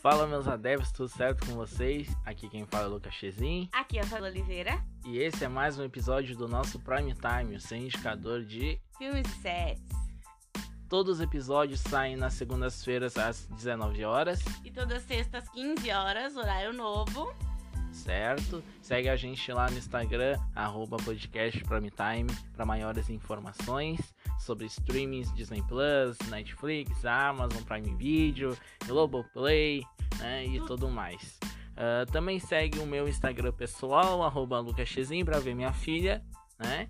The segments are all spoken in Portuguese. Fala meus adeptos, tudo certo com vocês? Aqui quem fala é o Lucas Chezin Aqui é a Fala Oliveira, e esse é mais um episódio do nosso Prime Time, o seu indicador de filmes e séries. todos os episódios saem nas segundas-feiras às 19 horas, E todas sextas, 15 horas, horário novo. certo? Segue a gente lá no Instagram, arroba podcast Prime Time, para maiores informações sobre streamings Disney Plus, Netflix, Amazon Prime Video, Globoplay né, e tudo mais. Ah, também segue o meu Instagram pessoal, arroba lucaschezin, pra ver minha filha, né?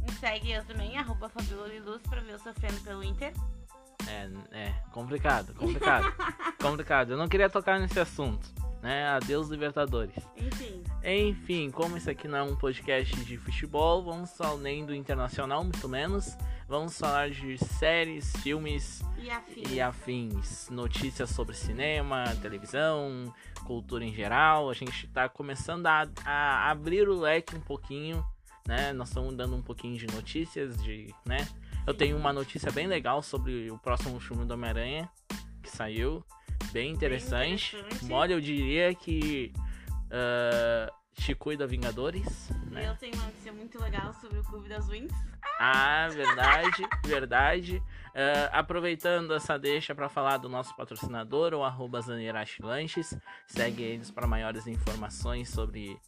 Me segue eu também, arroba Fabiola e Luz, pra ver eu sofrendo pelo Inter. É, é complicado, complicado, complicado. Eu não queria tocar nesse assunto, né? Adeus, Libertadores. Enfim, Enfim, como esse aqui não é um podcast de futebol, vamos falar nem do internacional, muito menos. Vamos falar de séries, filmes e afim. e afins. Notícias sobre cinema, televisão, cultura em geral. A gente tá começando a, a abrir o leque um pouquinho, né? Nós estamos dando um pouquinho de notícias, de, né? Eu tenho uma notícia bem legal sobre o próximo filme do Homem-Aranha, que saiu. Bem interessante. interessante. Olha, eu diria que ah, te cuida Vingadores, né? Eu tenho uma notícia muito legal sobre o Clube das Wings. Ah, verdade, verdade. Ah, aproveitando essa deixa para falar do nosso patrocinador, o arroba Zanirashi Lanches. Segue eles para maiores informações sobre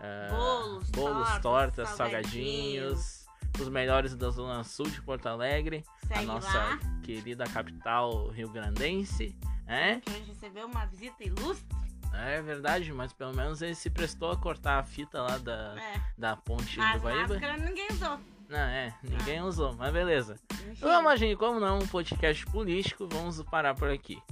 ah, Bolos, bolos, tortas, tortas, salgadinhos. salgadinhos, os melhores da Zona Sul de Porto Alegre, a Segue nossa lá, querida capital rio-grandense. É, que hoje recebeu uma visita ilustre. é verdade, mas pelo menos ele se prestou a cortar a fita lá da, É, da ponte Tá. do mas Guaíba. máscara ninguém usou. Não, é, ninguém usou, mas beleza. Enfim, Eu imagino, como não, um podcast político, vamos parar por aqui.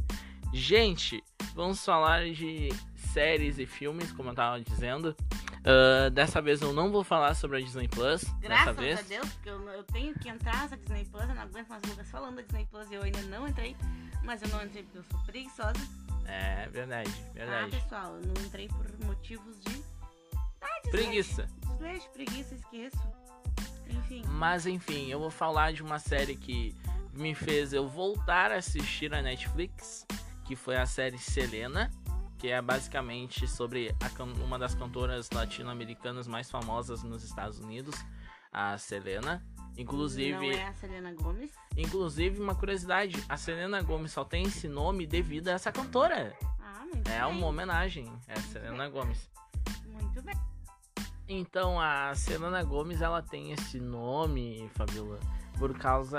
Gente, vamos falar de séries e filmes, como eu tava dizendo. Ah, dessa vez eu não vou falar sobre a Disney Plus. dessa Graças vez. a Deus, porque eu, eu tenho que entrar nessa Disney Plus, eu não aguento mais o Lucas falando da Disney Plus e eu ainda não entrei. Mas eu não entrei porque eu sou preguiçosa. É, verdade, Ah, verdade. pessoal, eu não entrei por motivos de. Ah, desleite. Preguiça. Desleite, preguiça, esqueço. Enfim. Mas enfim, eu vou falar de uma série que me fez eu voltar a assistir a Netflix, que foi a série Selena, que é basicamente sobre a can- uma das cantoras latino-americanas mais famosas nos Estados Unidos, a Selena. Inclusive, Não é a Selena Gomes. inclusive uma curiosidade, a Selena Gomes só tem esse nome devido a essa cantora. Ah, muito É bem. uma homenagem a Selena Gomes. Muito bem. Então a Selena Gomes ela tem esse nome, Fabiola, por causa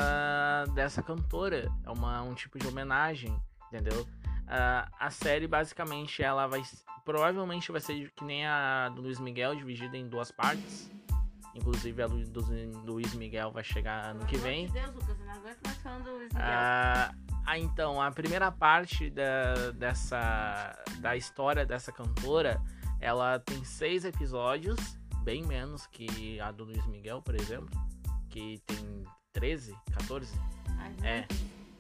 dessa cantora. É uma, um tipo de homenagem, entendeu? Ah, a série basicamente ela vai s- provavelmente vai ser que nem a do Luiz Miguel dividida em duas partes. Inclusive a do, do Luiz Miguel vai chegar ano que Pelo amor vem. de Deus, Lucas, eu não aguento mais falando do Luiz Miguel. Ah, ah, então, a primeira parte da, dessa, da história dessa cantora, ela tem seis episódios, bem menos que a do Luiz Miguel, por exemplo, que tem 13, 14. Ai, não. é.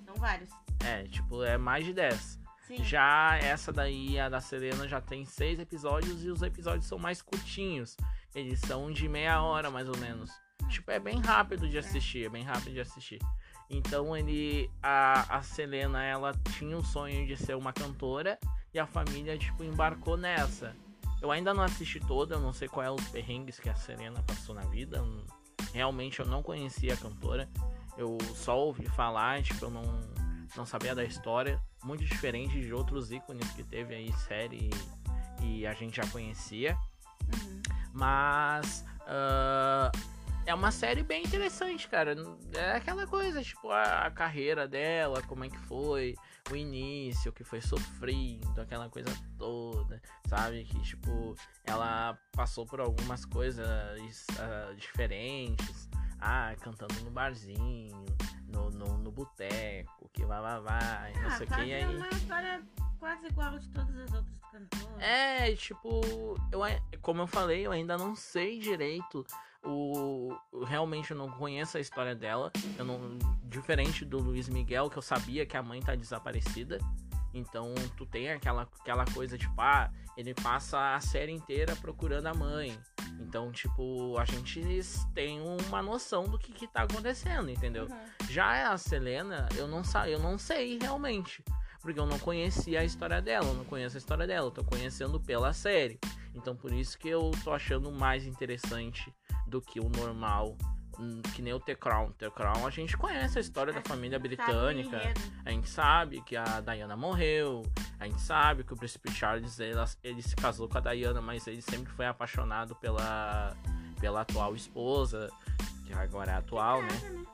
São vários. É, tipo, é mais de 10. Sim. Já essa daí, a da Selena, já tem seis episódios e os episódios são mais curtinhos. Eles são de meia hora, mais ou menos. Tipo, é bem rápido de assistir, é bem rápido de assistir. Então ele. A, a Selena, ela tinha o sonho de ser uma cantora e a família, tipo, embarcou nessa. Eu ainda não assisti toda, eu não sei qual é os perrengues que a Selena passou na vida. eu não- Realmente eu não conhecia a cantora. Eu só ouvi falar, tipo, eu não, não sabia da história. Muito diferente de outros ícones que teve aí série e, e a gente já conhecia. Uhum. Mas ah, é uma série bem interessante, cara. É aquela coisa, tipo, a, a carreira dela, como é que foi, o início, o que foi sofrido, aquela coisa toda, sabe? Que, tipo, ela passou por algumas coisas ah, diferentes. Ah, cantando no barzinho, no, no, no boteco, que vá, vá, vá, e não Ah, sei o que. tá e aí... uma história quase igual de todas as outras cantoras. É, e, tipo, eu, ai- como eu falei, eu ainda não sei direito. O, o- realmente eu não conheço a história dela. Eu não, diferente do Luiz Miguel, que eu sabia que a mãe tá desaparecida. Então tu tem aquela, aquela coisa tipo, ah, ele passa a série inteira procurando a mãe. Então, tipo, a gente tem uma noção do que, que tá acontecendo, entendeu? Uhum. Já a Selena, eu não, sa eu não sei realmente. Porque eu não conhecia a história dela, eu não conheço a história dela, eu tô conhecendo pela série. Então por isso que eu tô achando mais interessante do que o normal. hum, Que nem o The Crown. The Crown a gente conhece a história É, da família britânica. Sabe o enredo. A gente sabe que a Diana morreu. A gente sabe que o príncipe Charles ela- ele se casou com a Diana, mas ele sempre foi apaixonado pela, pela atual esposa, que agora é a atual, né? Nada, né?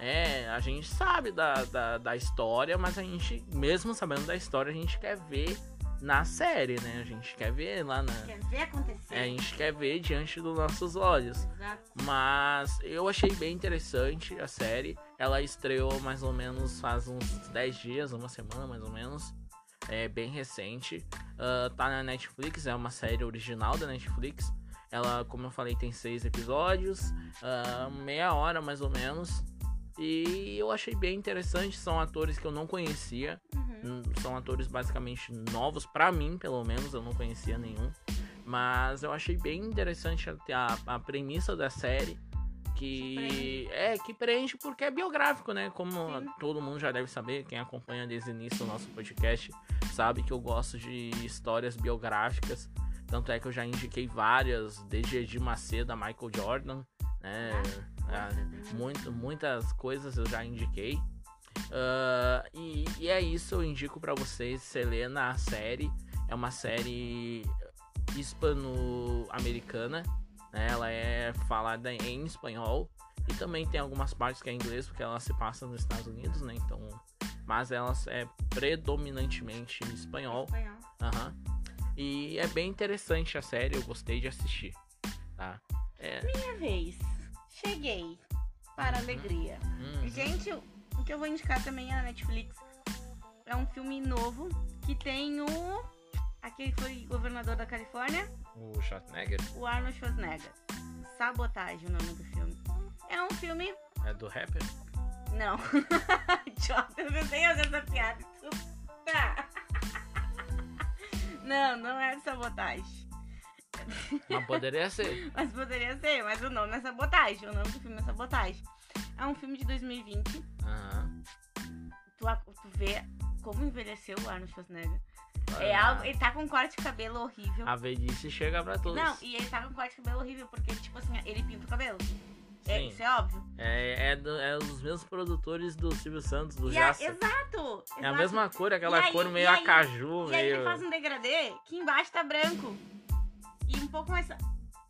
É, a gente sabe da, da, da história, mas a gente, mesmo sabendo da história, a gente quer ver na série, né? A gente quer ver lá na. Quer ver acontecer? é, a gente quer ver diante dos nossos olhos. Exato. Mas eu achei bem interessante a série. Ela estreou mais ou menos faz uns 10 dias, uma semana mais ou menos. É bem recente. Ah, tá na Netflix, é uma série original da Netflix. Ela, como eu falei, tem seis episódios, ah, meia hora mais ou menos. E eu achei bem interessante. São atores que eu não conhecia. Uhum. Hum, são atores basicamente novos pra mim, pelo menos eu não conhecia nenhum, mas eu achei bem interessante a, a, a premissa da série que Que prende. é que prende porque é biográfico, né? Como Sim. todo mundo já deve saber, quem acompanha desde o início o nosso podcast sabe que eu gosto de histórias biográficas. Tanto é que eu já indiquei várias, desde Edir Macedo a Michael Jordan, né? Ah, Tá? Nossa, tem- muito, muitas coisas eu já indiquei. Ah, e, e é isso, eu indico pra vocês Selena, a série. É uma série hispano-americana. né? Ela é falada em espanhol. E também tem algumas partes que é em inglês, porque ela se passa nos Estados Unidos, né? Então. Mas ela é predominantemente em espanhol. Espanhol. Aham. E é bem interessante a série, eu gostei de assistir. Tá? É. Minha vez. Cheguei. Para a alegria. hum, Gente, o que eu vou indicar também é na Netflix. É um filme novo que tem o. Aquele que foi governador da Califórnia. o Schwarzenegger o Arnold Schwarzenegger. Sabotagem o nome do filme. É um filme. é do rapper? Não. Idiota, eu pensei em fazer essa piada. Tá. Não, não é sabotagem. Mas poderia ser. Mas poderia ser, mas o nome é sabotagem. O nome do filme é sabotagem. É um filme de 2020. Aham. Tu, a- tu vê como envelheceu o Arnold Schwarzenegger. É Ah, algo. Ele tá com um corte de cabelo horrível. A velhice chega pra todos. Não, e ele tá com um corte de cabelo horrível, porque, tipo assim, ele pinta o cabelo. É, Sim. isso é óbvio. É, é, do- é os mesmos produtores do Silvio Santos, do E a- Jaça. exato! É a exato. mesma cor, aquela E aí- cor e meio aí- acaju, E aí ele meio. faz um degradê que embaixo tá branco. E um pouco mais.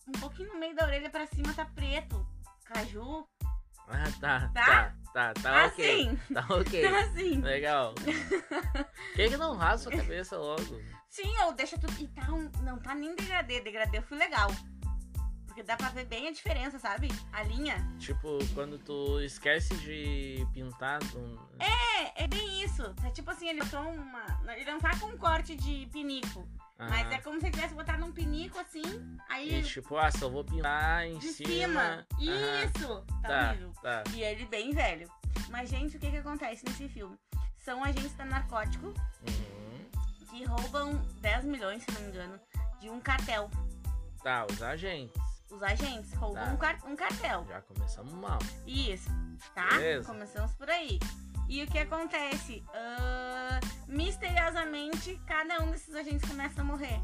Um pouquinho no meio da orelha pra cima tá preto. Caju. Ah, tá, Tá? tá, tá, tá, ok. assim. Tá ok. Tá assim. Legal. Por que, que não raspa a cabeça logo? Sim, ou deixa tudo. E tá um. Não tá nem degradê. Degradê eu fui legal. Porque dá pra ver bem a diferença, sabe? A linha. Tipo, quando tu esquece de pintar. tu- É, é bem isso. Tá tipo assim, ele botou uma. Ele não tá com um corte de pinico. Aham. Mas é como se ele tivesse botado um pinico assim. Aí E tipo, ah, só vou pintar em de Aham. cima. Isso! Tá, Tá, horrível. tá. E ele bem velho. Mas, gente, o que que acontece nesse filme? São agentes da narcótico Uhum. que roubam 10 milhões, se não me engano, de um cartel. Tá, os agentes. Os agentes roubam Tá. um, car- um cartel. Já começamos mal. Isso, tá? Beleza. Começamos por aí. E o que acontece? Ahn, misteriosamente, cada um desses agentes começa a morrer.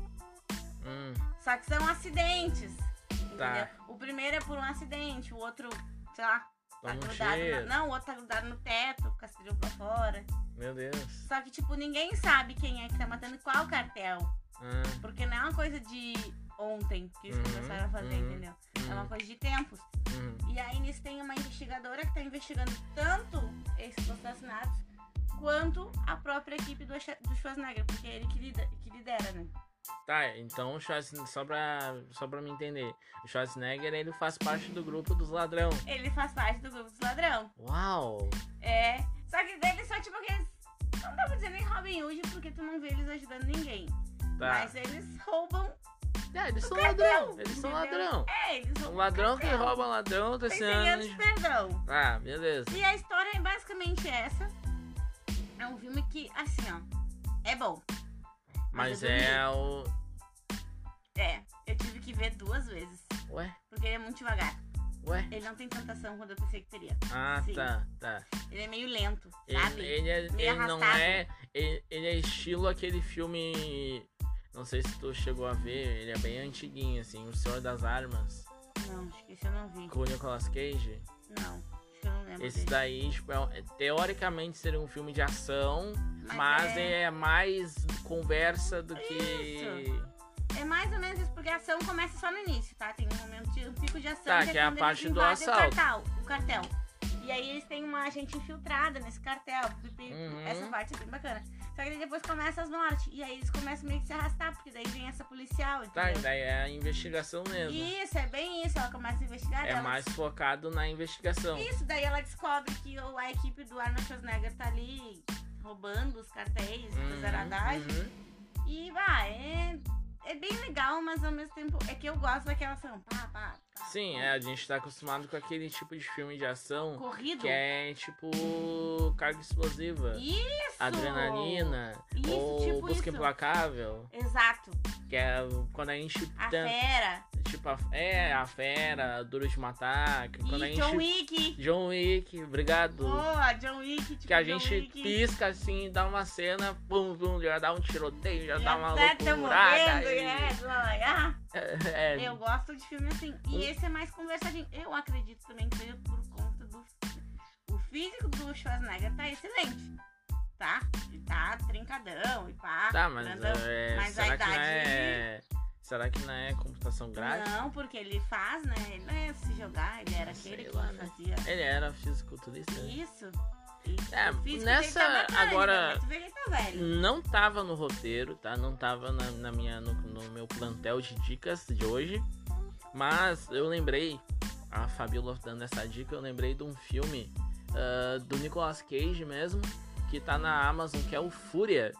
Hum, Só que são acidentes. Tá. entendeu? O primeiro é por um acidente, o outro, sei lá, tá toma um grudado. na- cheiro. Não, o outro tá grudado no teto, com as trilhas pra fora. Meu Deus. Só que, tipo, ninguém sabe quem é que tá matando qual cartel. Ah, Porque não é uma coisa de ontem que eles Uhum, começaram a fazer, uhum. entendeu? É uma hum, coisa de tempos. hum. E aí nisso tem uma investigadora que tá investigando tanto esses assassinatos quanto a própria equipe do, Scha- do Schwarzenegger, porque é ele que, lida, que lidera, né? Tá, então o Schwarzenegger, só pra, só pra me entender, o Schwarzenegger ele faz parte do grupo dos ladrão. Ele faz parte do grupo dos ladrão. Uau! É. Só que eles são tipo aqueles. Não dá pra dizer nem Robin Hood, porque tu não vê eles ajudando ninguém. Tá. Mas eles roubam. É, eles são cartel, ladrão, eles são entendeu? ladrão. É, eles roubam. Um ladrão que cartel. rouba ladrão, tá Tem 100 anos de sendo. perdão. Ah, beleza. E a história é basicamente essa. É um filme que, assim, ó, é bom. Mas eu dormi. é o. É, eu tive que ver duas vezes, Ué? porque ele é muito devagar. Ué? Ele não tem tanta ação quanto eu pensei que teria. Ah, Sim. tá, tá. Ele é meio lento, sabe? Ele, ele, é- Meio ele não arrastado. é. Ele, ele é estilo aquele filme. Não sei se tu chegou a ver, ele é bem antiguinho, assim, O Senhor das Armas, Não, esqueci, eu não vi. com o Nicolas Cage. Não, acho que eu não lembro Esse dele. daí, tipo, é um- teoricamente seria um filme de ação, mas, Mas é... mais conversa do que. Isso. É mais ou menos isso, porque a ação começa só no início, tá? Tem um momento de um pico de ação. Tá, que é a quando eles parte do invadem assalto. O cartel, o cartel. E aí eles têm uma agente infiltrada nesse cartel. pipi, Uhum. Essa parte é bem bacana. Só que aí depois começa as norte. E aí eles começam meio que se arrastar, porque daí vem essa policial, Tá, e entendeu? daí é a investigação mesmo. isso, é bem isso. Ela começa a investigar. É ela mais focado na investigação. Isso, daí ela descobre que o- a equipe do Arnold Schwarzenegger tá ali roubando os cartéis, Uhum, as aradagens. uhum. E vai, é, é bem legal, mas ao mesmo tempo é que eu gosto daquela ação. Pá, pá, pá, Sim, pá. é, a gente tá acostumado com aquele tipo de filme de ação Corrido. que é tipo carga explosiva, Isso! adrenalina, Isso, ou tipo busca isso. implacável, Exato. que é quando a gente A tan- fera. tipo a, é a fera, duro de matar, que quando a E gente John Wick. John Wick, obrigado. Boa, John Wick. Tipo, que a John gente Wick. pisca assim, dá uma cena, pum, pum, já dá um tiroteio, já dá uma tá, tá loucurada. morrendo, e- é, lá, lá, lá. É, Eu gosto de filme assim. Um- E esse é mais conversadinho. Eu acredito também que seja por conta do. O físico do Schwarzenegger tá excelente. Tá? Ele tá trincadão e pá. Tá, mas, grandão. é, Mas a será que não idade- é. Será que não é computação gráfica? Não, porque ele faz, né? Ele não é se jogar, ele era Sei aquele que lá, né? fazia Ele era fisiculturista. né? isso. E É, o físico nessa- dele tá bacana, agora- mas tu vê que ele tá velho. Não tava no roteiro, tá? Não tava na, na minha, no, no meu plantel de dicas de hoje. Mas eu lembrei, a Fabiola dando essa dica, eu lembrei de um filme ah, do Nicolas Cage mesmo, que tá na Amazon, que é o Fúria,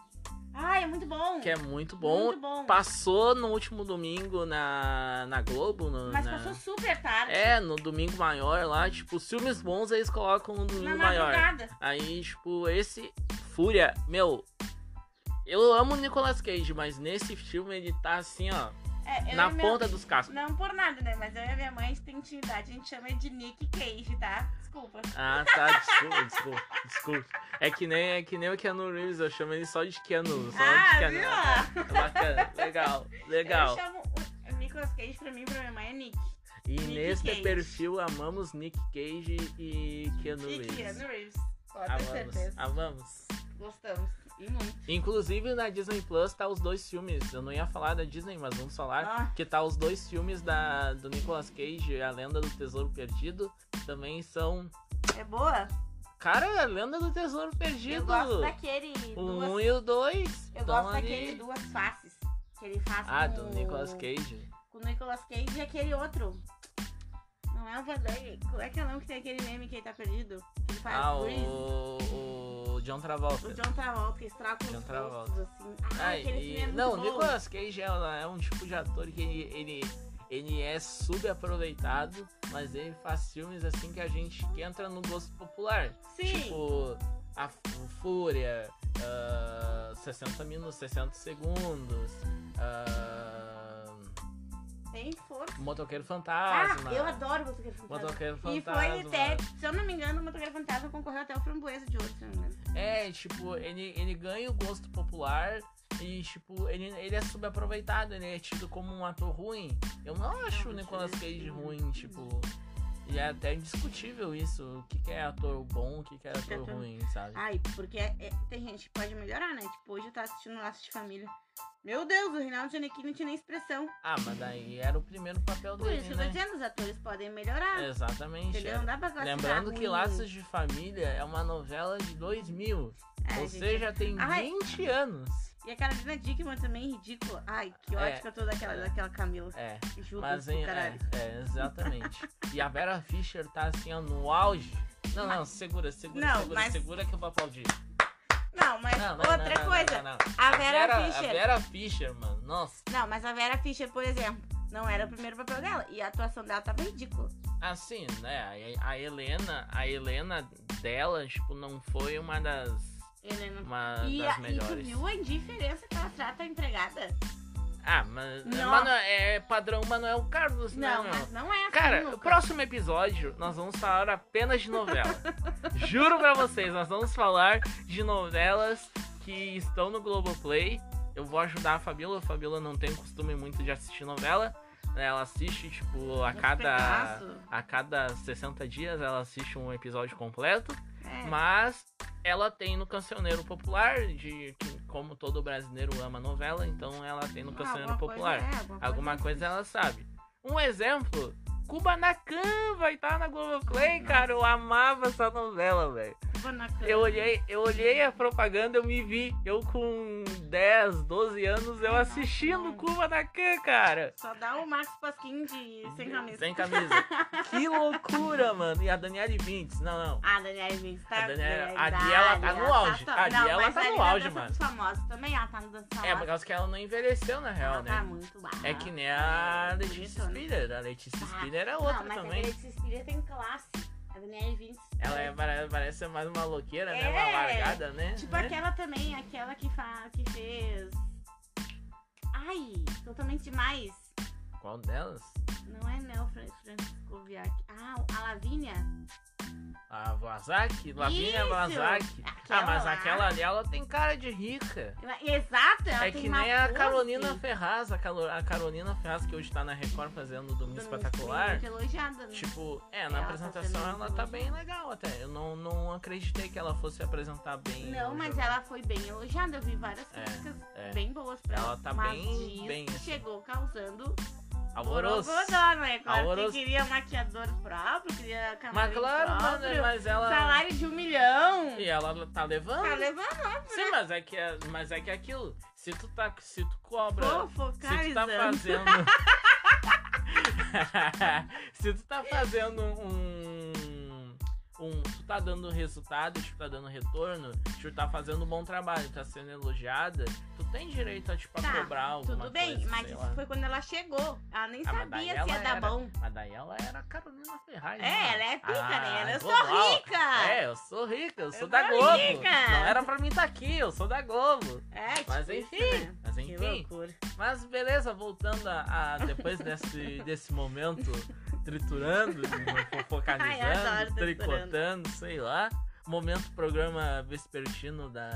Ai, é muito bom. que é muito bom. Muito bom. Passou no último domingo na, na Globo. No, Mas na- passou super tarde. né? É, no domingo maior lá, tipo, os filmes bons eles colocam no na domingo maior. madrugada. Aí, tipo, esse Fúria, meu, eu amo o Nicolas Cage, mas nesse filme ele tá assim, ó, É, eu na e meu- ponta dos cascos. Não por nada, né? Mas eu e a minha mãe a gente tem intimidade. A gente chama ele de Nick Cage, tá? Desculpa. Ah, tá, desculpa, desculpa, desculpa. É que nem, é que nem o Keanu Reeves, eu chamo ele só de Keanu, só de ah, Keanu. viu? Ah, tá, tá bacana, legal, legal. Eu chamo o o Nicolas Cage pra mim e pra minha mãe é Nick. E Nick neste Cage. perfil amamos Nick Cage e Keanu Nick Reeves. Keanu Reeves. Pode ter Amamos, certeza. amamos. Gostamos. E muito. Inclusive na Disney Plus tá os dois filmes. Eu não ia falar da Disney, mas vamos falar. Ah. Que tá os dois filmes da, do Nicolas Cage, A Lenda do Tesouro Perdido. Também são. É boa? Cara, A Lenda do Tesouro Perdido! Eu gosto daquele. o duas- 1 e o 2. Eu gosto daquele duas faces. Que ele faz Ah, com do Nicolas o- Cage. Com o Nicolas Cage e aquele outro. Não é o Van Damme. Como é que é o nome que tem aquele meme que ele tá perdido? Que ele faz Ah, Grease. o, o John Travolta. O John Travolta, que estraga John os Travolta. rostos, assim. Ah, Ai, aquele e- filme é muito não, o bom. Nicolas Cage é, é um tipo de ator que ele, ele, ele é subaproveitado, mas ele faz filmes assim que a gente que entra no gosto popular. Sim. Tipo, a F- o Fúria, ah, 60 minutos, 60 segundos, ah, Tem força. Motoqueiro Ah, Fantasma. eu adoro o Motoqueiro Fantasma. Motoqueiro E Fantasma. foi até, se eu não me engano, o Motoqueiro Fantasma concorreu até o Framboesa de outro, se eu não me engano. É, tipo, ele, ele ganha o gosto popular e, tipo, ele, ele é subaproveitado, ele é tido como um ator ruim. Eu não acho o não Nicolas acho Cage ele ruim, tipo. E é até indiscutível isso. O que, que é ator bom, o que, que é ator ator- ruim, sabe? Ai, porque é- é- tem gente que pode melhorar, né? Tipo, hoje eu tava assistindo Laço de Família. Meu Deus, o Reinaldo Giannichini não tinha nem expressão. Ah, mas daí era o primeiro papel Por isso que dele, eu tô né? dizendo, os atores podem melhorar. Exatamente. entendeu? Não dá pra é. classificar Lembrando que ruim. Laços de Família é uma novela de 2000, É, ou gente, seja, tem Ai. 20 anos. E a Carolina Dickman também, ridícula. Ai, que ódio É. que eu tô daquela, daquela Camila. É, Juro Mas do em, é, caralho. é, exatamente. e a Vera Fischer tá assim, ó, no auge. Não, não, segura, segura, Não, segura, mas- segura que eu vou aplaudir. Não, mas Não, não, outra não, não, coisa. não, não, não. A Vera, A Fischer. Vera Fischer, mano, nossa. Não, mas a Vera Fischer, por exemplo, não era o primeiro papel dela. E a atuação dela tava ridícula. Assim, né, a, a Helena, a Helena dela, tipo, não foi uma das, Helena. é uma E, das a, e tu melhores. viu a indiferença que ela trata a empregada? Ah, mas, Não. Mano- é padrão Manuel Carlos, né, Não, meu? mas não é assim, Cara, o Lucas. próximo episódio nós vamos falar apenas de novela. Juro pra vocês, nós vamos falar de novelas que estão no Globoplay. Eu vou ajudar a Fabiola. A Fabiola não tem costume muito de assistir novela. né? Ela assiste, tipo, a Um cada. pedaço. A cada 60 dias ela assiste um episódio completo. É. Mas ela tem no Cancioneiro Popular, de que, como todo brasileiro ama novela, então ela tem no Ah, Cancioneiro alguma Popular. Coisa, é, alguma coisa Alguma assim. coisa ela sabe. Um exemplo, Kubanacan vai estar tá na Globoplay, Nossa. cara. Eu amava essa novela, velho. Kubanacan. Eu olhei, eu olhei a propaganda, eu me vi. Eu com 10, 12 anos, eu Nossa, assistindo não. Kubanacan, cara. Só dá o Marcos Pasquim de sem camisa. Sem camisa. que loucura, mano. E a Daniele Vintes, não, não. Ah, Daniela Vinci tá. A Daniela- tá- a Diela tá no ela auge. top. A Não, Diela mas tá ali no na auge, dança mano. dos famosos também, ela tá no dança É, por famosa. causa que ela não envelheceu, na real, Ela tá né? muito barra. É que nem a É, Letícia bonitona. Spiller. A Letícia Ah, Spiller é Não, outra mas a também. Letícia Spiller tem classe. A Daniela Vinci. Ela é- pare- parece ser mais uma louqueira, né? É. Uma largada, né? Tipo Né? aquela também, aquela que, fa... que fez. Ai, totalmente demais. Qual delas? Não é Nel Fran- Francisco Viac. Ah, a Lavínia. A Vazak? Lavinha Isso! Vazak. Aquela Ah, mas lá. aquela ali, ela tem cara de rica. Ela- Exato, ela é tem que uma nem a pose. Carolina Ferraz, a, Calo- a Carolina Ferraz que hoje tá na Record fazendo o Domingo Muito Espetacular. elogiada, né? Tipo, é, Ela na tá apresentação sendo ela tá muito bem legal até. Eu não, não acreditei que ela fosse apresentar bem. Não, no mas jogo. ela foi bem elogiada. Eu vi várias É, críticas é. bem boas pra Ela ela. tá mas bem- diz bem, que assim. chegou causando Alvoroço. borogodó, né? Claro Alvoroço. que queria maquiador próprio, queria Mas camarim claro, próprio. mano, mas ela. Salário de um milhão. E ela tá levando. Tá levando Sim, mas é que é, mas é que é aquilo. Se tu tá, se tu cobra, se tu tá fofocalizando. fazendo Se tu tá fazendo um um, tu tá dando resultado, tu tá dando retorno, tu tá fazendo um bom trabalho, tá sendo elogiada, tu tem direito a, tipo, a Tá, cobrar alguma Tudo bem, coisa, mas sei isso lá. foi quando ela chegou. Ela nem Ah, mas daí sabia se ela ia dar era- bom. Mas daí ela era a Carolina Ferraz. né? É, ela é pica, Ah, né? Ela, eu sou global. rica. É, eu sou rica, eu sou Eu da sou Globo. rica. Não era pra mim estar aqui, eu sou da Globo. É, tipo Mas isso, enfim, né? mas Que enfim. loucura. Mas beleza, voltando a, a- depois desse, desse momento triturando, Ai, eu adoro focalizando, triturando. tricotando, sei lá. Momento programa vespertino da,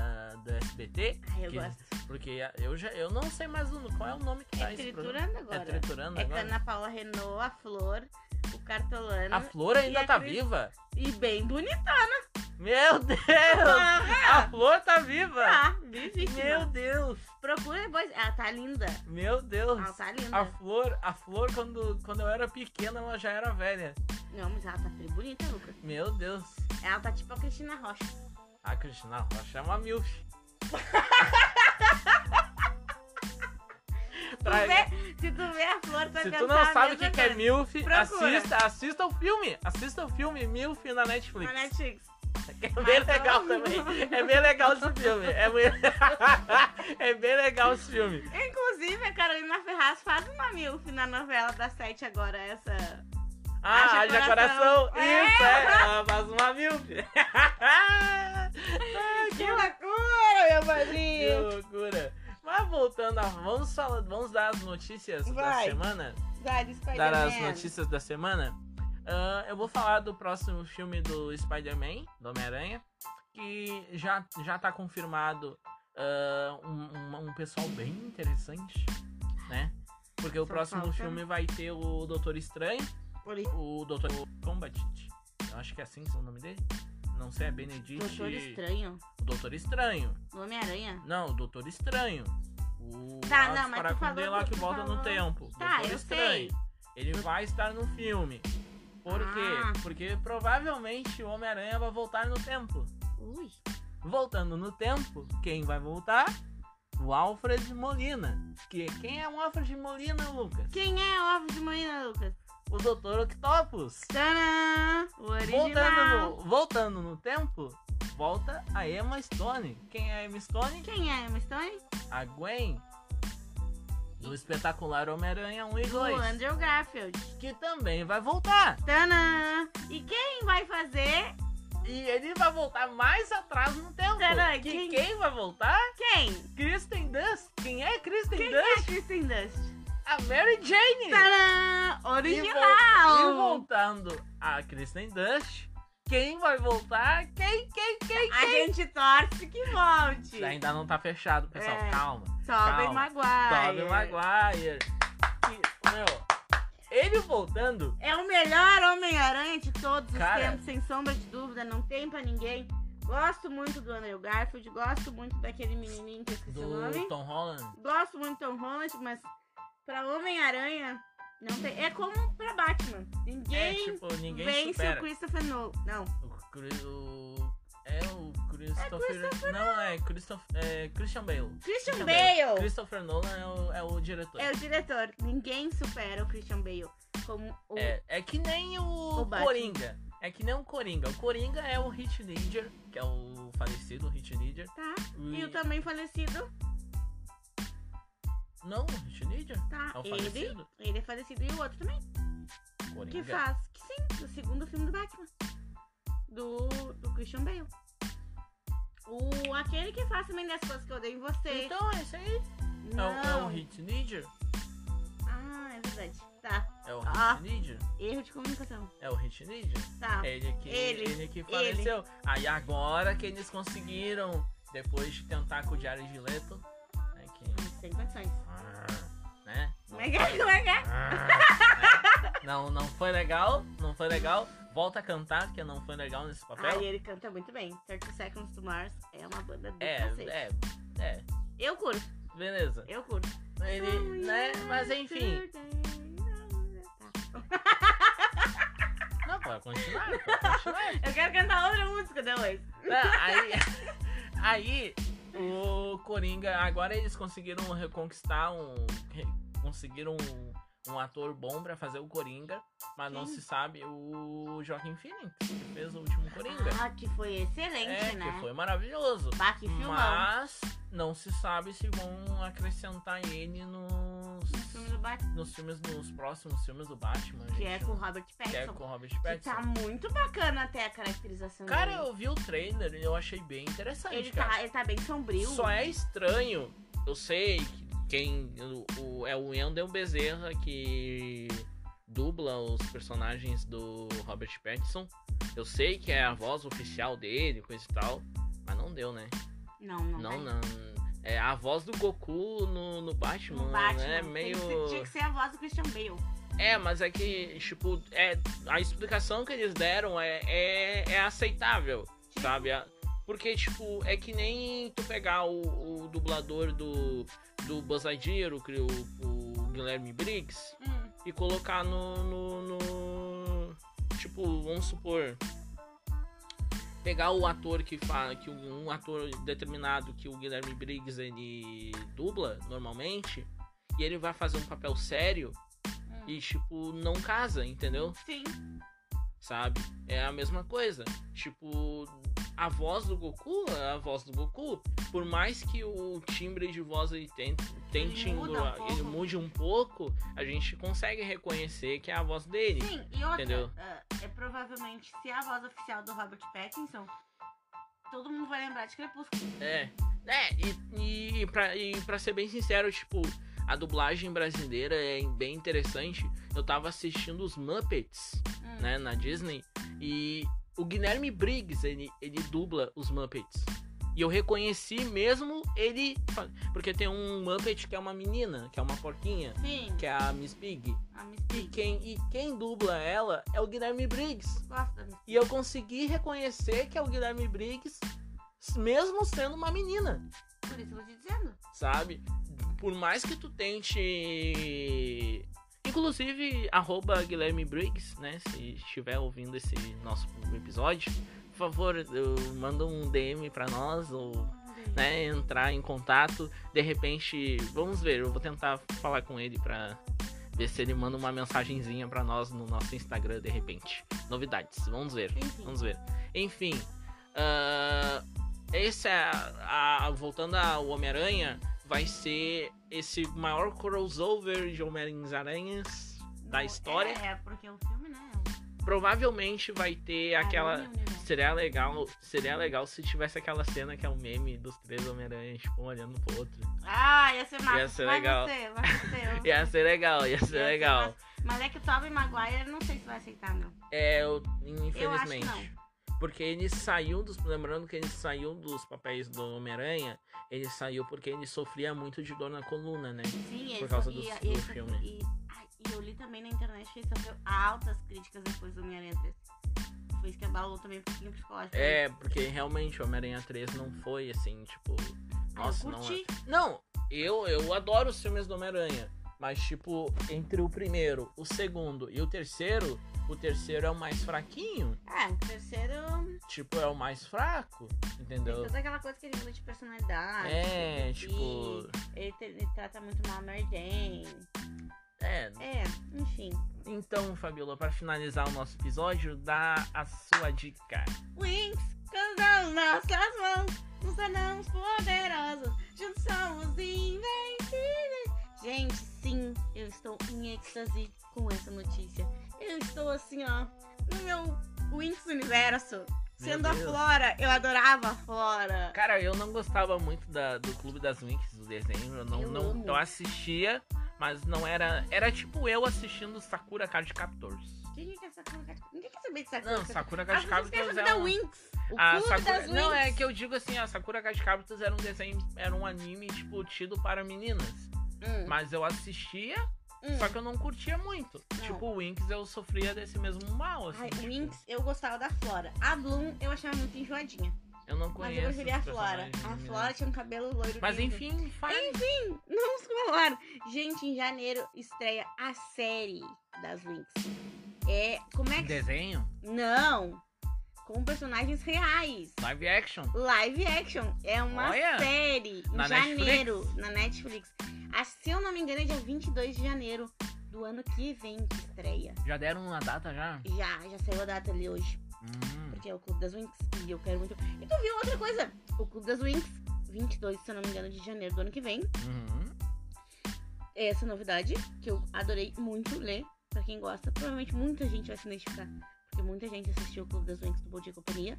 do SBT, Ai, eu Que- gosto. porque eu já eu não sei mais o nome, qual é o nome que tá É esse programa. triturando agora. É triturando É agora. Ana Paula Renault, a Flor, o Cartolano. A Flor E ainda a tá Cris- viva? E bem bonita. Meu Deus! Ah! A Flor tá viva! Tá, vivíssima. Meu Deus! Procura depois. Ela tá linda. Meu Deus! Ela tá linda. A Flor, a Flor quando, quando eu era pequena, ela já era velha. Não, mas ela tá bem bonita, Lucas. Meu Deus. Ela tá tipo a Cristina Rocha. A Ah, Cristina Rocha é uma milf. Tu Pra- vê- se tu vê a Flor, tu vai Se tu pensar não a sabe o que, mesma que é coisa. milf, Procura. assista, assista o filme. Assista o filme Milf na Netflix. Na Netflix. um É bem Mas legal não- também. É bem legal esse filme. É, bem- é bem legal esse filme. Inclusive, a Carolina Ferraz faz uma milf na novela das sete agora, essa... Ah, Haja haja coração. coração. Isso, é. Ela faz uma milf. Ah, que Que loucura, meu Que bolinho! loucura. Mas voltando, a, vamos, falar, vamos dar as notícias Vai. da semana? Dá-lhe Dar as Spider-Man. notícias da semana? Ah, eu vou falar do próximo filme do Spider-Man, do Homem-Aranha, que já, já tá confirmado ah, um, um- um pessoal bem interessante, né? Porque o Só próximo falta- filme vai ter o Doutor Estranho, Poli- o Doutor Combatite. Eu acho que é assim o nome dele. Não sei, é Benedict. Doutor Estranho. O Doutor Estranho. Homem-Aranha. Não, o Doutor Estranho. O Tá, Alex não, mas tu Paracundê falou lá do- que tu volta no falou- tempo. Tá, Doutor eu Estranho. Ele vai estar no filme. Por Ah. quê? Porque provavelmente o Homem-Aranha vai voltar no tempo. Ui. Voltando no tempo, quem vai voltar? O Alfred Molina. Que, quem é o Alfred Molina, Lucas? Quem é o ovo de manhã, Lucas? O Dr. Octopus. Tcharam! O original. Voltando no, voltando no tempo, volta a Emma Stone. Quem é a Emma Stone? Quem é a Emma Stone? a Gwen do espetacular Homem-Aranha 1 e O 2, Andrew Garfield. que também vai voltar. Tcharam! E quem vai fazer E ele vai voltar mais atrás no tempo. Caralho, que quem- quem vai voltar? Quem? Kristen Dust. Quem é Kristen Quem Tá é Dust? Kristen Dust? A Mary Jane. Tcharam! E Original! voltando a Kristen Dust, quem vai voltar? Quem, quem, quem, A quem? gente torce que volte. Ainda não tá fechado, pessoal. É. Calma. Tobey calma. Maguire. Tobey Maguire. Que, meu, ele voltando, É o melhor Homem-Aranha de todos Cara. os tempos, sem sombra de dúvida, não tem pra ninguém. Gosto muito do Andrew Garfield, gosto muito daquele menininho que eu esqueci o do nome. Tom Holland. Gosto muito do Tom Holland, mas pra Homem-Aranha, não tem. É como pra Batman. É, Ninguém, tipo, ninguém vence supera. o Christopher Nolan. Não. O Cri- o- É o Christopher. não, é, Christopher, é Christian Bale. Christian Bale Christopher Nolan é o, é o diretor. é o diretor. Ninguém supera o Christian Bale. Como o... É, é que nem o, O Batman. Coringa. É que nem o Coringa. O Coringa é o Hit Ledger, que é o falecido Hit Ledger. Tá. E o também falecido. Não, o Hit Ledger. Tá. É o ele. falecido? Ele é falecido e o outro também. Coringa. Que faz. Que sim, do segundo filme do Batman. Do, do Christian Bale. O, aquele que faz também das coisas que eu odeio em você. Então é isso aí. É não. o, é o Hit Ledger. Ah, é verdade. Tá. É o Hit Ah. Ledger. Erro de comunicação. É o Hit Ledger. Tá. Ele que, Ele. ele que faleceu. Aí agora que eles conseguiram, depois de tentar com o Jared Leto, né, que- Não Sem condições. Ah, né? Como é que é? Como é que é? Ah, né? Não, não foi legal, não foi legal. Volta a cantar, porque não foi legal nesse papel. Ah, e ele canta muito bem. 30 Seconds to Mars é uma banda do é, cacete. é, é. Eu curto, Beleza. eu curto. Ele, né? Mas enfim. Não, pode continuar, pode continuar. Eu quero cantar outra música depois. Tá, aí, aí o Coringa, agora eles conseguiram reconquistar um. re- Conseguiram um, um ator bom pra fazer o Coringa, mas não Quem? se sabe o Joaquim Phoenix, que fez o último Coringa. Ah, que foi excelente, é, né? que foi maravilhoso. Bah, que filmão. Mas não se sabe se vão acrescentar ele nos, No filme do Batman, nos filmes, nos próximos filmes do Batman. Uhum. que gente. é com o Robert Pattinson. Que é com o Robert Pattinson. tá muito bacana até a caracterização Cara, dele. eu vi o trailer e eu achei bem interessante, Ele cara. tá, ele tá bem sombrio. Só é estranho, eu sei que quem o, o- é o Wendel Bezerra que dubla os personagens do Robert Pattinson. Eu sei que é a voz oficial dele, coisa e tal, mas não deu, né? Não, não. Não, tá. não. É a voz do Goku no, no Batman, No Batman, né? tem que Meio. ser- tinha que ser a voz do Christian Bale. É, mas é que, tipo, é, a explicação que eles deram é, é, é aceitável, Sim. sabe? A- Porque, tipo, é que nem tu pegar o, o dublador do, do Buzz Lightyear, o, cri- o- o Guilherme Briggs, Hum, e colocar no, no, no- Tipo, vamos supor. Pegar o ator que fala. que um um ator determinado que o Guilherme Briggs ele dubla normalmente. E ele vai fazer um papel sério hum. e, tipo, não casa, entendeu? Sim. Sabe? É a mesma coisa. Tipo, a voz do Goku é a voz do Goku. Por mais que o timbre de voz ele tente, tente Ele muda um englobar- ele pouco. mude um pouco, a gente consegue reconhecer que é a voz dele. Sim, e outra, Entendeu? ah, é provavelmente se é a voz oficial do Robert Pattinson, todo mundo vai lembrar de Crepúsculo. É. É, e, e, pra, e pra ser bem sincero, tipo, a dublagem brasileira é bem interessante. Eu tava assistindo os Muppets. Hum. né, na Disney. E o Guilherme Briggs, ele, ele dubla os Muppets. E eu reconheci mesmo ele. fa- Porque tem um Muppet que é uma menina, que é uma porquinha, Sim, que é a Miss Pig. a Miss E Pig. quem, e quem dubla ela é o Guilherme Briggs. Gosto da Miss E eu consegui reconhecer que é o Guilherme Briggs, s- mesmo sendo uma menina, Pig, por isso que eu tô te dizendo. sabe? Por mais que tu tente. Inclusive, arroba Guilherme Briggs, né? Se estiver ouvindo esse nosso episódio, por favor, eu- manda um DM pra nós ou né, entrar em contato. De repente, vamos ver, eu vou tentar falar com ele pra ver se ele manda uma mensagenzinha pra nós no nosso Instagram, de repente. Novidades, vamos ver. Enfim. Vamos ver. Enfim. ah, esse é. a- a- voltando ao Homem-Aranha, vai ser esse maior crossover de Homem-Aranhas da Não, história. É, é, porque o filme, né? é um- né? Provavelmente vai ter É aquela. Aranha Universo. seria legal, seria legal se tivesse aquela cena que é o meme dos três Homem-Aranha, tipo, um olhando pro outro. Ah, ia ser massa. Ia ser vai legal. Você, vai você. Ia ser legal, ia ser Ia ser legal. massa. Mas é que o Tobey Maguire, não sei se vai aceitar, não. É, eu- Eu acho infelizmente. não. Porque ele saiu dos. Lembrando que ele saiu dos papéis do Homem-Aranha, ele saiu porque ele sofria muito de dor na coluna, né? Sim, ele Por causa so- do- e- do e ele so- filme. E, ai, e eu li também na internet que ele sofreu altas críticas depois do Homem-Aranha 3. Foi isso que abalou também um pouquinho o psicológico. É, porque realmente o Homem-Aranha 3 não foi assim, tipo. Ai, Nossa, Ah, eu não é. curti. Não, eu, eu adoro os filmes do Homem-Aranha. Mas, tipo, entre o primeiro, o segundo e o terceiro, o terceiro é o mais fraquinho. É, o terceiro Tipo, é o mais fraco, tem entendeu? toda aquela coisa que ele muda de personalidade. É, tipo. Ele, te- ele trata muito mal a Mary Jane. É, É, enfim. então, Fabiola, pra finalizar o nosso episódio, dá a sua dica. Wings, cantamos nossas mãos, nos tornamos poderosos, juntos somos invencíveis. Gente, sim, eu estou em êxtase com essa notícia. Eu estou assim, ó, no meu Wings Universo. Sendo a Deus. Flora, eu adorava a Flora. Cara, eu não gostava muito da- do Clube das Winx, do desenho. Eu não, Eu não- amo. eu assistia, mas não era. Era tipo eu assistindo Sakura Card Captors. O que que é essa Sakura? Ninguém quer saber de Sakura. Não, Sakura As Card pessoas querem Captors saber é da um... Winx. O a clube Sakura- das Winx. Não, é que eu digo assim, a Sakura Card Captors era um desenho, era um anime, tipo, tido para meninas. Hum, Mas eu assistia, hum. só que eu não curtia muito. Não. Tipo, o Winx eu sofria desse mesmo mal, assim. Ai, tipo, Winx, eu gostava da Flora. A Bloom, eu achava muito enjoadinha. Eu não Mas conheço. eu preferia a os Flora. personagens A femininos. Flora tinha um cabelo loiro. Mas lindo. enfim, faz. Não se falaram. Gente, em janeiro estreia a série das Winx. É. Como é que. Desenho, Não! Com personagens reais. live action. Live action. É uma Olha! série. Em Na janeiro. Na Netflix. Ah, se eu não me engano, é dia 22 de janeiro do ano que vem que estreia. Já deram uma data já? Já, já saiu a data ali hoje. Hum. Porque é o Clube das Winx e eu quero muito. E tu viu outra coisa? O Clube das Winx, 22, se eu não me engano, de janeiro do ano que vem. Uhum. É essa novidade que eu adorei muito ler. Pra quem gosta, provavelmente muita gente vai se identificar. Porque muita gente assistiu o Clube das Winx do Bom Dia e Companhia.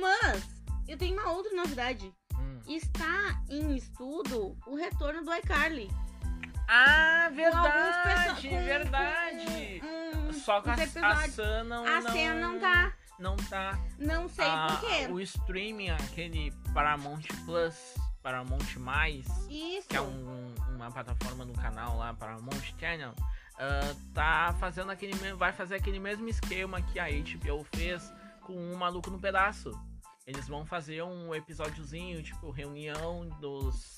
Mas eu tenho uma outra novidade. Hum. Está em estudo o retorno do iCarly. Ah, Com alguns verdade, perso- com- verdade. com- com- Só que a, uns a episódios. Sam não, A cena não tá. Não tá. Não sei Ah, por quê. O streaming, aquele Paramount Plus, Paramount Mais, Isso. que é um- uma plataforma do canal lá, Paramount Channel, ah, tá fazendo aquele me- vai fazer aquele mesmo esquema que a HBO fez com o Maluco no Pedaço. Eles vão fazer um episódiozinho, tipo, reunião dos.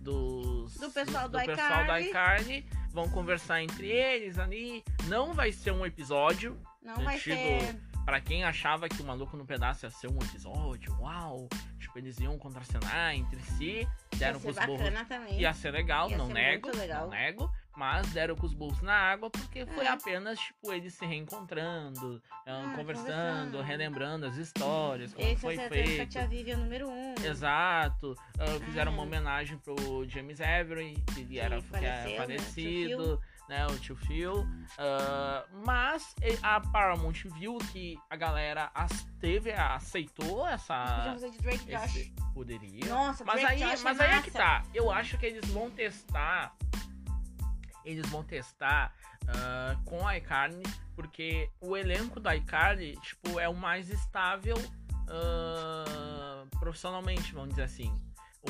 dos Do pessoal do pessoal da iCarly. iCarly. Vão conversar entre eles ali. Não vai ser um episódio, Não vai sentido- ser. Pra quem achava que o Maluco no Pedaço ia ser um episódio, uau, tipo, eles iam contracenar entre si, deram Vai com ser os burros. bacana também. Ia ser legal, Ia não ser nego, muito legal. não nego, mas deram com os burros na água porque foi É. apenas, tipo, eles se reencontrando, ah, Ah, conversando, conversando. relembrando as histórias, como Esse foi é o feito. a Tia Vivi é o número um. Exato. Ah, fizeram uma Ah. homenagem pro James Avery, que, era, que era faleceu, né? falecido, né? O tio Phil. Ah, mas e- a Paramount viu que a galera as- teve, aceitou Podia essa. fazer de Drake Josh. esse- poderia. Nossa, Mas Drake aí, Josh mas é aí é massa. que tá. Eu acho que eles vão testar. Eles vão testar ah, com a iCarly, porque o elenco da iCarly, tipo, é o mais estável ah, profissionalmente, vamos dizer assim.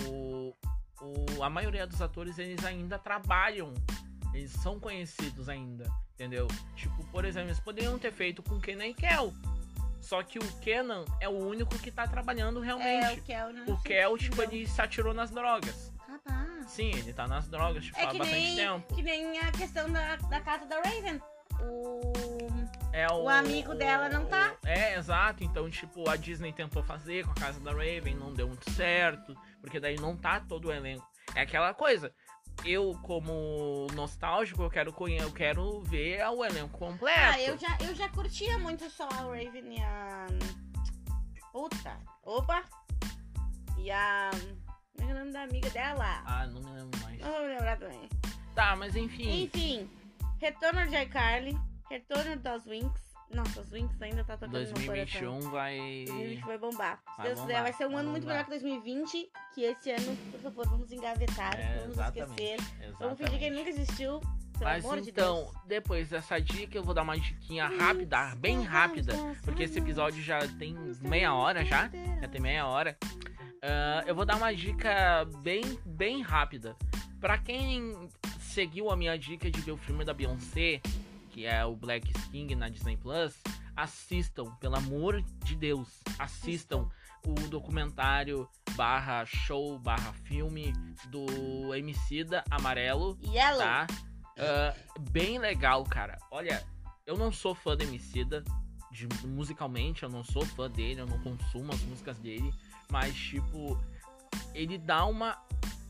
O, o, a maioria dos atores, eles ainda trabalham. Eles são conhecidos ainda, entendeu? Tipo, por exemplo, eles poderiam ter feito com Kenan e Kel. Só que o Kenan é o único que tá trabalhando realmente. É, o Kel, né? O Sim, Kel, tipo, então, ele se atirou nas drogas. Capaz. Sim, ele tá nas drogas, tipo, É há que bastante nem, tempo. que nem a questão da, da casa da Raven. O... É o, o amigo dela não tá. É, exato. Então, tipo, a Disney tentou fazer com a casa da Raven, não deu muito certo. Porque daí não tá todo o elenco. É aquela coisa. Eu, como nostálgico, eu quero, conhe- eu quero ver o elenco completo. Ah, eu já, eu já curtia muito só a Raven e a... Puta. Opa. E a... Como é que é o nome da amiga dela? Ah, não me lembro mais. Não vou me lembrar também. Tá, mas enfim. Enfim, retorno de iCarly, retorno das Winx Nossa, os Winx ainda tá tocando no meu coração. 2021 vai. 2020 vai bombar. Se Vai Deus quiser, bombar, vai ser um vai ano muito bombar. melhor que 2020. Que esse ano, por favor, vamos engavetar, É, vamos exatamente. esquecer. Vamos fingir que Exatamente. ele nunca existiu. Pelo Mas amor então, de Deus. depois dessa dica, eu vou dar uma diquinha rápida, bem rápida. Porque esse episódio já tem meia hora já. Já tem meia hora. Ah, eu vou dar uma dica bem, bem rápida. Pra quem seguiu a minha dica de ver o filme da Beyoncé, que é o Black King na Disney Plus, assistam, pelo amor de Deus, assistam o documentário barra show barra filme do Emicida Amarelo Yellow. tá? Ah, bem legal, cara. Olha, eu não sou fã do Emicida, de, musicalmente, eu não sou fã dele, eu não consumo as músicas dele, mas, tipo, ele dá uma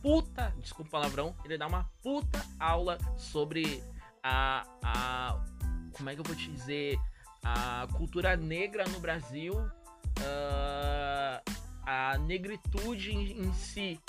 puta, desculpa o palavrão, ele dá uma puta aula sobre a, a como é que eu vou te dizer, a cultura negra no Brasil, ah, a negritude em, em si,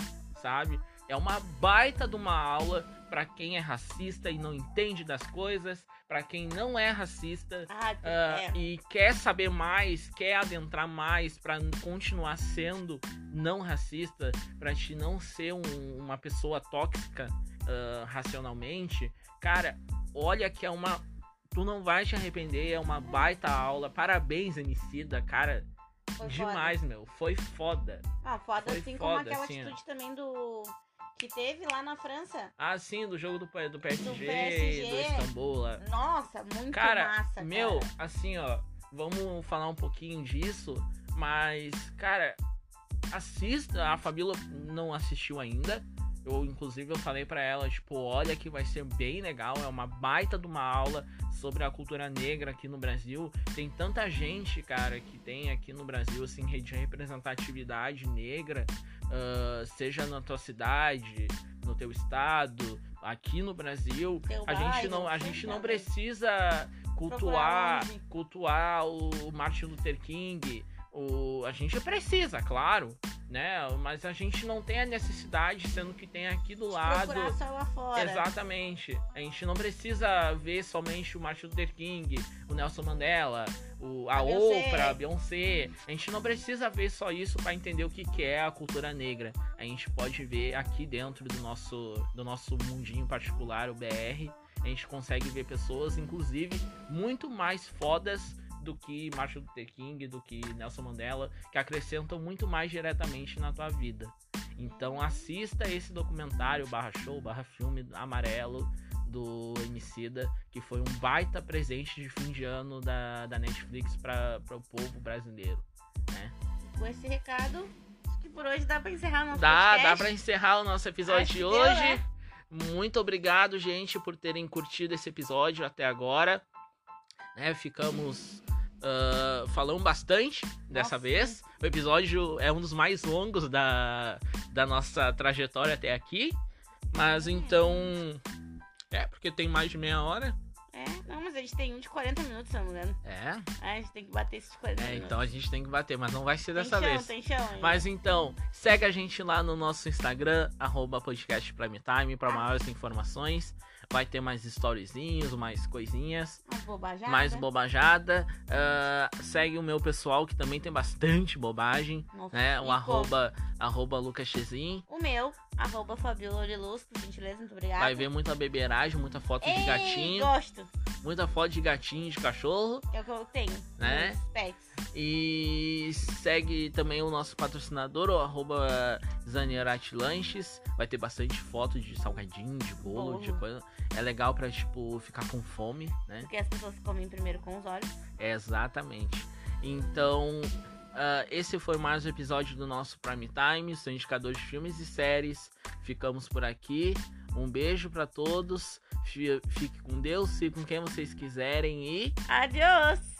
sabe? É uma baita de uma aula pra quem é racista e não entende das coisas, pra quem não é racista Ah, ah, é. e quer saber mais, quer adentrar mais pra continuar sendo não racista, pra te não ser um- uma pessoa tóxica ah, racionalmente, cara, olha que é uma. Tu não vai te arrepender, é uma baita aula. Parabéns, Emicida, cara. foi foda. demais, meu. Foi foda. Ah, foda, Foi assim como foda, aquela assim, ó. atitude também do. Que teve lá na França. Ah, sim, do jogo do, P- do PSG, do, PSG. Istambul lá. Nossa, muito Cara, massa, cara. Meu, assim, ó, vamos falar um pouquinho disso, mas, cara, assista, a Fabíola não assistiu ainda. Eu, inclusive, eu falei pra ela, tipo, olha que vai ser bem legal, é uma baita de uma aula sobre a cultura negra aqui no Brasil. Tem tanta gente, cara, que tem aqui no Brasil, assim, de representatividade negra, ah, seja na tua cidade, no teu estado, aqui no Brasil. Teu A gente bairro, não, a sei gente lá, não velho. precisa cultuar, assim, né? Procurar onde. cultuar o Martin Luther King. O, a gente precisa, claro, né? Mas a gente não tem a necessidade, sendo que tem aqui do lado. Procurar só lá fora. Exatamente. A gente não precisa ver somente o Martin Luther King, o Nelson Mandela, o, a, A Beyoncé. Oprah, a Beyoncé. A gente não precisa ver só isso pra entender o que, que é a cultura negra. A gente pode ver aqui dentro do nosso, do nosso mundinho particular, o BR. A gente consegue ver pessoas, inclusive, muito mais fodas do que Martin Luther King, do que Nelson Mandela, que acrescentam muito mais diretamente na tua vida. Então assista esse documentário barra show, barra filme amarelo do Emicida, que foi um baita presente de fim de ano da, da Netflix para o povo brasileiro. Com esse recado, acho que por hoje dá pra encerrar o nosso Dá, podcast. dá pra encerrar o nosso episódio Acho de que deu, hoje. né? Muito obrigado, gente, por terem curtido esse episódio até agora. Né, ficamos ah, falando bastante dessa Nossa. vez. O episódio é um dos mais longos da, da nossa trajetória até aqui. Mas então. É, porque tem mais de meia hora. É, não, mas a gente tem um de 40 minutos, se eu não me engano. É, Ah, a gente tem que bater esse de 40 é, minutos. então a gente tem que bater, mas não vai ser tem dessa chão, vez. Tem chão, hein? Mas então, segue a gente lá no nosso Instagram, arroba podcast Prime Time, pra maiores informações. Vai ter mais storyzinhos, mais coisinhas, Mais bobajada. mais bobajada. Ah, segue o meu pessoal, que também tem bastante bobagem, Nossa, né? e O como? arroba, arroba lucaschezin. O meu, arroba Fabiola Liluz, por gentileza, muito obrigada. Vai ver muita beberagem, muita foto Ei, de gatinho, gosto. muita foto de gatinho, de cachorro. É o que eu tenho. Né? Meus Pets. E segue também o nosso patrocinador, o arroba Zanierati Lanches. Vai ter bastante foto de salgadinho, de bolo, Bolo. de coisa. É legal pra, tipo, ficar com fome, né? Porque as pessoas comem primeiro com os olhos. É, exatamente. Então, ah, esse foi mais um episódio do nosso Prime Time, seu indicador de filmes e séries. Ficamos por aqui. Um beijo pra todos. Fi- Fique com Deus, fique com quem vocês quiserem e... Adiós!